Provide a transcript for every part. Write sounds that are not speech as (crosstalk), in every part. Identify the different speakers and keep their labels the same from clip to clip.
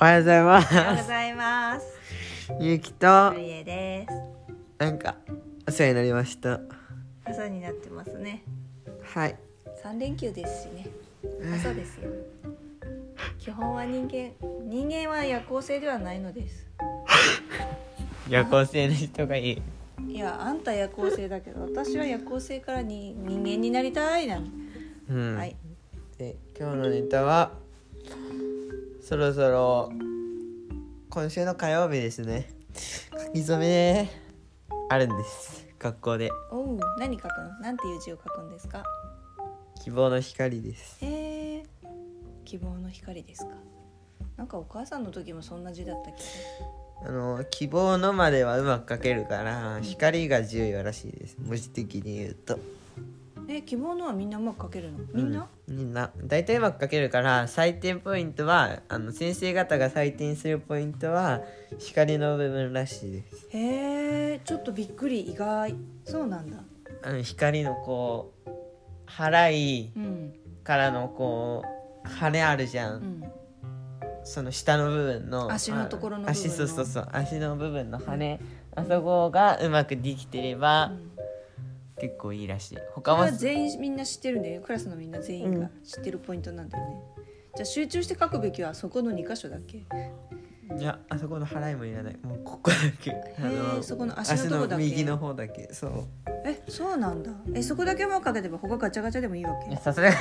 Speaker 1: おはようござい
Speaker 2: おはよう
Speaker 1: ま
Speaker 2: ご
Speaker 1: す。
Speaker 2: ざいます。
Speaker 1: ゆうきと
Speaker 2: ゆ、りえです。
Speaker 1: なんか、お世話になりました。
Speaker 2: 朝になってますね。
Speaker 1: はい。
Speaker 2: 三連休ですしね。朝ですよ。基本は人間、人間は夜行性ではないのです。
Speaker 1: 夜行性の人がいい。
Speaker 2: いや、あんた夜行性だけど、私は夜行性からに人間になりたいなの。
Speaker 1: うん。
Speaker 2: はい。
Speaker 1: で、今日のネタは、そろそろ、今週の火曜日ですね。書き初め、あるんです。学校で。
Speaker 2: おう、何書くの？なんていう字を書くんですか？
Speaker 1: 希望の光です。
Speaker 2: へえ。希望の光ですか。なんかお母さんの時もそんな字だったけ
Speaker 1: あの、希望のまではうまく書けるから、光が重要らしいです。文字的に言うと。
Speaker 2: ど。え、希望のはみんなうまく書けるの？みんな？
Speaker 1: うんみんな大体うまく書けるから採点ポイントはあの先生方が採点するポイントは光の部分らしいです
Speaker 2: へえちょっとびっくり意外そうなんだ
Speaker 1: あの光のこう払い
Speaker 2: うん
Speaker 1: からのこう羽あるじゃん、
Speaker 2: うん
Speaker 1: その下の部分の
Speaker 2: 足のところの部分の
Speaker 1: あ足そうそうそう足の部分の羽、あそこがうまくできてれば、結構いいらしい他
Speaker 2: これ
Speaker 1: は
Speaker 2: は全員みんな知ってるんだよクラスのみんな全員が知ってるポイントなんだよね、じゃあ集中して書くべきはそこの2箇所だっけ
Speaker 1: いやあそこの払いもいらないもうここだけあ
Speaker 2: へーそこの足のとこだけ
Speaker 1: 足の右の方だけそう
Speaker 2: えそうなんだえそこだけもう書ければ他ガチャガチャでもいいわけ
Speaker 1: さすがに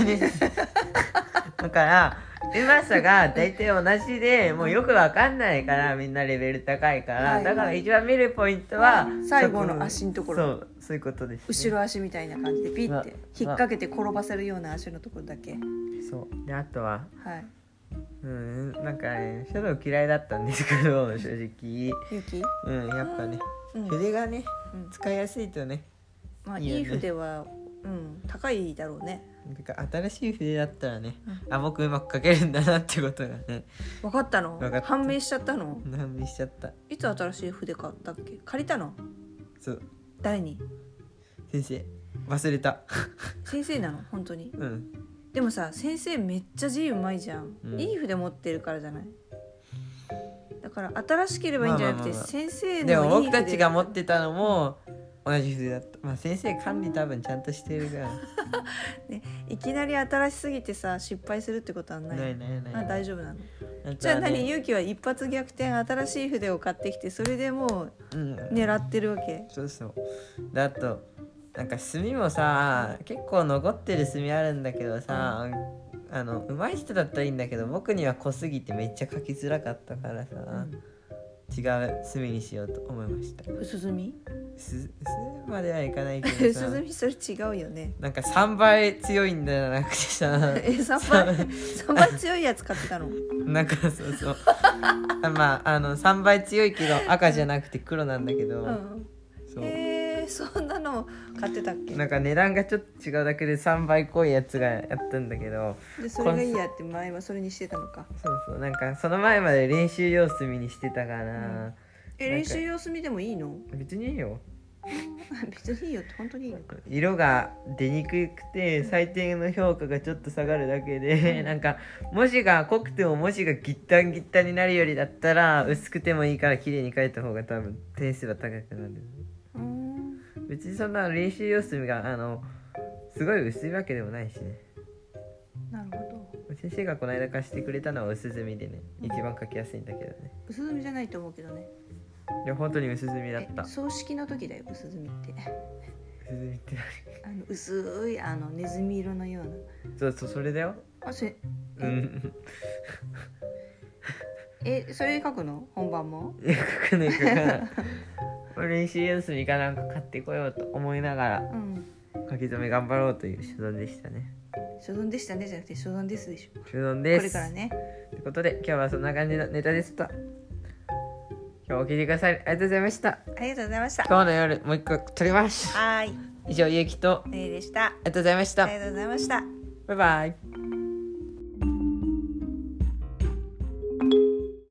Speaker 1: だからうまさが大体同じでもうよくわかんないからみんなレベル高いから、
Speaker 2: はい
Speaker 1: だから一番見るポイントは
Speaker 2: 最後の足のところ
Speaker 1: そうそういうことです、
Speaker 2: 後ろ足みたいな感じでピ
Speaker 1: う
Speaker 2: ッ
Speaker 1: わ
Speaker 2: て引っ掛けて転ばせるような足のところだけは
Speaker 1: そうであとはいうんなんかね書道嫌いだったんですけど正直
Speaker 2: ゆき
Speaker 1: うんやっぱね
Speaker 2: うん、うん
Speaker 1: 筆がね使いやすいとね
Speaker 2: まあ、
Speaker 1: いいよね
Speaker 2: いい筆は、うん、高いだろうね
Speaker 1: なんか新しい筆だったらねあ僕うまく書けるんだなってことがね
Speaker 2: 分かったの
Speaker 1: わかった
Speaker 2: 判明しちゃったの
Speaker 1: 難民しちゃった
Speaker 2: いつ新しい筆買ったっけ借りたの
Speaker 1: そう
Speaker 2: 誰に
Speaker 1: 先生忘れた
Speaker 2: 先生なの本当に
Speaker 1: うん
Speaker 2: でもさ先生めっちゃ字うまいじゃん、
Speaker 1: うん
Speaker 2: いい筆持ってるからじゃないだから新しければいいんじゃなく
Speaker 1: まあ
Speaker 2: て、
Speaker 1: まあまあ
Speaker 2: 先生
Speaker 1: でも
Speaker 2: のいい筆
Speaker 1: 僕たちが持ってたのも同じ筆だった、まあ、先生管理多分ちゃんとしてるか
Speaker 2: いきなり新しすぎてさ失敗するってことは
Speaker 1: ら
Speaker 2: ない
Speaker 1: ないないない
Speaker 2: あ大丈夫なの、
Speaker 1: あと
Speaker 2: じゃあ
Speaker 1: はね
Speaker 2: 何勇気は一発逆転新しい筆を買ってきてそれでも
Speaker 1: うん
Speaker 2: う狙ってるわけ
Speaker 1: そうそうであとなんか墨もさ結構残ってる墨あるんだけどさ、あの上手い人だったらいいんだけど僕には濃すぎてめっちゃ書きづらかったからさ、違う墨にしようと思いました
Speaker 2: 鈴見
Speaker 1: すすまではいかないけ
Speaker 2: (laughs)
Speaker 1: どさ
Speaker 2: 鈴見それ違うよね
Speaker 1: なんか3倍強いんじゃなくて
Speaker 2: (laughs)
Speaker 1: さ
Speaker 2: え3倍3倍強いやつ買ってたの
Speaker 1: なんかそうそうあまああの3倍強いけど赤じゃなくて黒なんだけど、
Speaker 2: うん
Speaker 1: そう
Speaker 2: へえそんなの買ってたっけ
Speaker 1: なんか値段がちょっと違うだけで3倍濃いやつがやったんだけど
Speaker 2: でそれがいいやって前はそれにしてたのか
Speaker 1: そうそうなんかその前まで練習用隅にしてたから、
Speaker 2: え
Speaker 1: なん
Speaker 2: 練
Speaker 1: か
Speaker 2: 習様子見でもいいの
Speaker 1: 別にいいよ
Speaker 2: (laughs) 別にいいよって本当にいいのか
Speaker 1: 色が出にくくて採点の評価がちょっと下がるだけで、 (laughs) なんか文字が濃くても文字がギッタンギッタンになるよりだったら薄くてもいいから綺麗に書いた方が多分点数は高くなる。
Speaker 2: うーん
Speaker 1: 別にそんな練習用紙があのすごい薄いわけでもないしね
Speaker 2: なるほど
Speaker 1: 先生がこの間貸してくれたのは薄墨でね一番書きやすいんだけどね
Speaker 2: 薄墨じゃないと思うけどね
Speaker 1: いや本当に薄墨だっ
Speaker 2: え
Speaker 1: た薄
Speaker 2: 葬式の時だよ薄墨って
Speaker 1: 墨って
Speaker 2: あの薄いあのネズミ色のような
Speaker 1: 何そうそうそれだよ
Speaker 2: あせ
Speaker 1: うん
Speaker 2: えそれ書くの本番も
Speaker 1: いや書かない書かない練習用紙かなんか買ってこようと思いながら
Speaker 2: うん
Speaker 1: 書き初め頑張ろうという所存でしたね
Speaker 2: 初存でしたねじゃなくて初存ですでしょこ
Speaker 1: 所存です
Speaker 2: れからね
Speaker 1: ということで今日はそんな感じのネタでした今日お聞きくださりありがとうございました
Speaker 2: ありがとうございましたは
Speaker 1: 今日の夜もう一個撮ります
Speaker 2: ーい
Speaker 1: 以上ゆうきと
Speaker 2: ねえでした
Speaker 1: ありがとうございまし
Speaker 2: あ
Speaker 1: た
Speaker 2: り。がとうございました
Speaker 1: バイバイ。